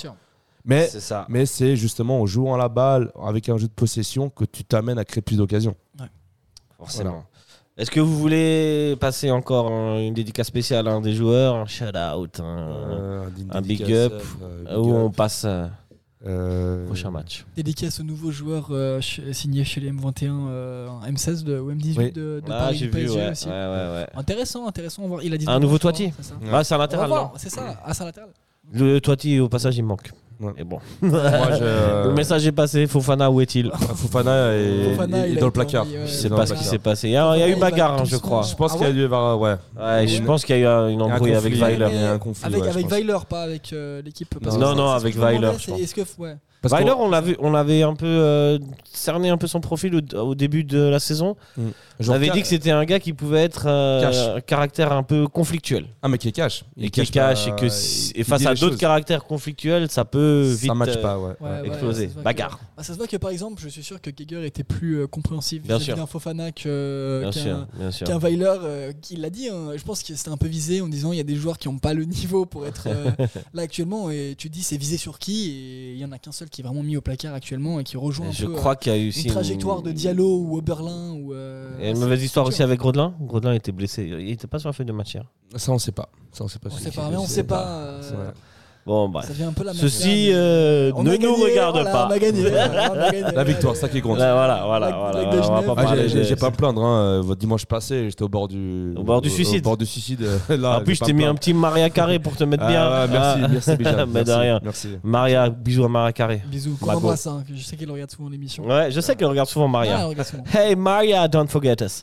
Speaker 5: Mais
Speaker 3: C'est ça.
Speaker 5: mais c'est justement en jouant la balle avec un jeu de possession que tu t'amènes à créer plus d'occasions.
Speaker 3: Forcément. Est-ce que vous voulez passer encore un- une dédicace spéciale à un des joueurs Un shout out
Speaker 5: Euh, digne
Speaker 3: un
Speaker 5: dédicace,
Speaker 3: big up,
Speaker 5: euh, big
Speaker 3: Où on
Speaker 5: up.
Speaker 3: passe euh,
Speaker 5: Euh,
Speaker 3: au prochain match
Speaker 4: Dédicace au nouveau joueur euh, ch- signé chez les M21, euh, M16 de, ou M18
Speaker 5: Oui.
Speaker 4: de, de
Speaker 3: Ah,
Speaker 4: Paris
Speaker 3: j'ai vu,
Speaker 4: PSG
Speaker 3: ouais.
Speaker 4: aussi.
Speaker 3: ouais, ouais, ouais.
Speaker 4: Intéressant, intéressant. on va voir. Il a dit
Speaker 3: Un nouveau Toiti.
Speaker 4: C'est ça.
Speaker 5: Ouais.
Speaker 3: Ah, c'est un
Speaker 4: On va
Speaker 3: latéral.
Speaker 4: voir,
Speaker 3: non
Speaker 4: c'est ça. Ah, c'est un latéral.
Speaker 3: Le Toiti, au passage, il manque.
Speaker 5: Ouais.
Speaker 3: Et bon.
Speaker 5: Moi, je- euh, Ah,
Speaker 3: Le message est passé. Fofana, où est-il
Speaker 5: Fofana est,
Speaker 4: Fofana,
Speaker 5: est
Speaker 4: il a
Speaker 5: dans
Speaker 4: été
Speaker 5: le placard.
Speaker 4: envoyé, ouais.
Speaker 5: Il
Speaker 3: Je
Speaker 5: est
Speaker 3: sais
Speaker 5: dans
Speaker 3: pas
Speaker 5: le
Speaker 3: ce qui
Speaker 5: placard.
Speaker 3: s'est passé. Il y a, il y a eu
Speaker 4: Il va
Speaker 3: bagarre, hein,
Speaker 4: tous
Speaker 3: je crois.
Speaker 5: Je pense
Speaker 4: Ah
Speaker 5: qu'il y a dû y avoir ouais.
Speaker 3: Ouais, je
Speaker 5: Ouais.
Speaker 3: pense qu'il y a eu une embrouille avec
Speaker 5: conflit.
Speaker 3: Weiler.
Speaker 5: Il y a un conflit,
Speaker 4: Avec,
Speaker 5: ouais, je
Speaker 4: avec
Speaker 5: pense.
Speaker 4: Weiler, pas avec euh, l'équipe. parce
Speaker 5: Non,
Speaker 4: que
Speaker 5: non,
Speaker 4: c'est-
Speaker 3: non,
Speaker 4: c'est ce
Speaker 3: avec
Speaker 4: que je me demandais,
Speaker 3: Weiler, je
Speaker 4: c'est-
Speaker 3: pense.
Speaker 4: Est-ce que. Ouais.
Speaker 5: Parce
Speaker 3: Weiler,
Speaker 5: qu'on-
Speaker 3: on l'avait, on l'avait un peu euh, cerné un peu son profil au, au début de la saison. On
Speaker 5: genre,
Speaker 3: avait
Speaker 5: Car-
Speaker 3: dit que c'était un gars qui pouvait être euh,
Speaker 5: Cash.
Speaker 3: un caractère un peu conflictuel
Speaker 5: Ah, mais qui est cash. Il
Speaker 3: et qui
Speaker 5: pas- euh,
Speaker 3: cache et que si-
Speaker 5: il-
Speaker 3: et
Speaker 5: il
Speaker 3: face
Speaker 5: dit
Speaker 3: à
Speaker 5: les
Speaker 3: d'autres
Speaker 5: choses.
Speaker 3: caractères conflictuels, ça peut vite
Speaker 5: Ça match
Speaker 3: euh,
Speaker 5: pas, ouais.
Speaker 4: Ouais, ouais,
Speaker 3: exploser.
Speaker 4: ça se voit que-
Speaker 3: Bagarre.
Speaker 4: Bah, ça se voit que par exemple, je suis sûr que Geiger était plus euh, compréhensif
Speaker 3: Bien
Speaker 4: vis-à-vis
Speaker 3: sûr.
Speaker 4: d'un Fofana que- euh,
Speaker 3: Bien sûr,
Speaker 4: qu'un
Speaker 3: bien sûr.
Speaker 4: qu'un Weiler. euh, qui l'a dit, hein. je pense que c'était un peu visé en disant il y a des joueurs qui n'ont pas le niveau pour être euh, là actuellement. Et tu te dis c'est visé sur qui Et il y en a qu'un seul qui est vraiment mis au placard actuellement et qui rejoint un
Speaker 3: Je
Speaker 4: peu, euh,
Speaker 3: crois qu'il y a eu aussi
Speaker 4: une trajectoire de Diallo ou Oberlin. Ou, euh,
Speaker 3: Et une
Speaker 4: c'est-
Speaker 3: mauvaise
Speaker 4: c'est
Speaker 3: histoire
Speaker 4: dur.
Speaker 3: aussi avec Grodelin. Grodelin était blessé. Il était pas sur la feuille de matière.
Speaker 5: Ça, on sait pas. Ça, on sait pas.
Speaker 4: On
Speaker 5: ce
Speaker 4: sait
Speaker 5: qui-
Speaker 4: pas, mais on
Speaker 5: c'est-
Speaker 4: sait pas. euh,
Speaker 5: c'est vrai.
Speaker 3: Bon, bah.
Speaker 4: ça devient un peu la
Speaker 3: Ceci
Speaker 4: mafia, mais-
Speaker 3: euh,
Speaker 4: On
Speaker 3: ne
Speaker 4: a
Speaker 3: nous
Speaker 4: gagné,
Speaker 3: regarde
Speaker 4: voilà,
Speaker 3: pas.
Speaker 4: on a gagné, voilà, on a gagné.
Speaker 5: La victoire, ça qui compte.
Speaker 3: Euh, Ouais, voilà, voilà,
Speaker 4: Blague-
Speaker 3: voilà,
Speaker 4: blague de
Speaker 3: on va
Speaker 4: Genève.
Speaker 3: pas
Speaker 5: Ah,
Speaker 3: parler
Speaker 5: j'ai- j'ai
Speaker 3: de-
Speaker 5: j'ai pas à me plaindre. hein. Votre dimanche passé, j'étais au bord du.
Speaker 3: Au bord du suicide.
Speaker 5: Au bord du suicide. euh, Là,
Speaker 3: En plus,
Speaker 5: j'ai
Speaker 3: je
Speaker 5: pas
Speaker 3: t'ai
Speaker 5: à me
Speaker 3: mis un
Speaker 5: plaindre.
Speaker 3: petit Maria Carré pour te mettre bien.
Speaker 5: Ah, ouais, merci,
Speaker 3: Ah.
Speaker 5: merci, Bijan.
Speaker 3: Mais de
Speaker 5: merci,
Speaker 3: rien.
Speaker 5: Merci.
Speaker 3: Maria, bisous à Maria Carré.
Speaker 5: Bah,
Speaker 4: Bisous, qu'on
Speaker 3: Bravo.
Speaker 4: embrasse, hein, que je sais qu'elle regarde souvent l'émission.
Speaker 3: Ouais, je sais qu'elle regarde souvent
Speaker 4: Ah,
Speaker 3: Maria.
Speaker 4: elle regarde souvent.
Speaker 3: Hey Maria, don't forget us.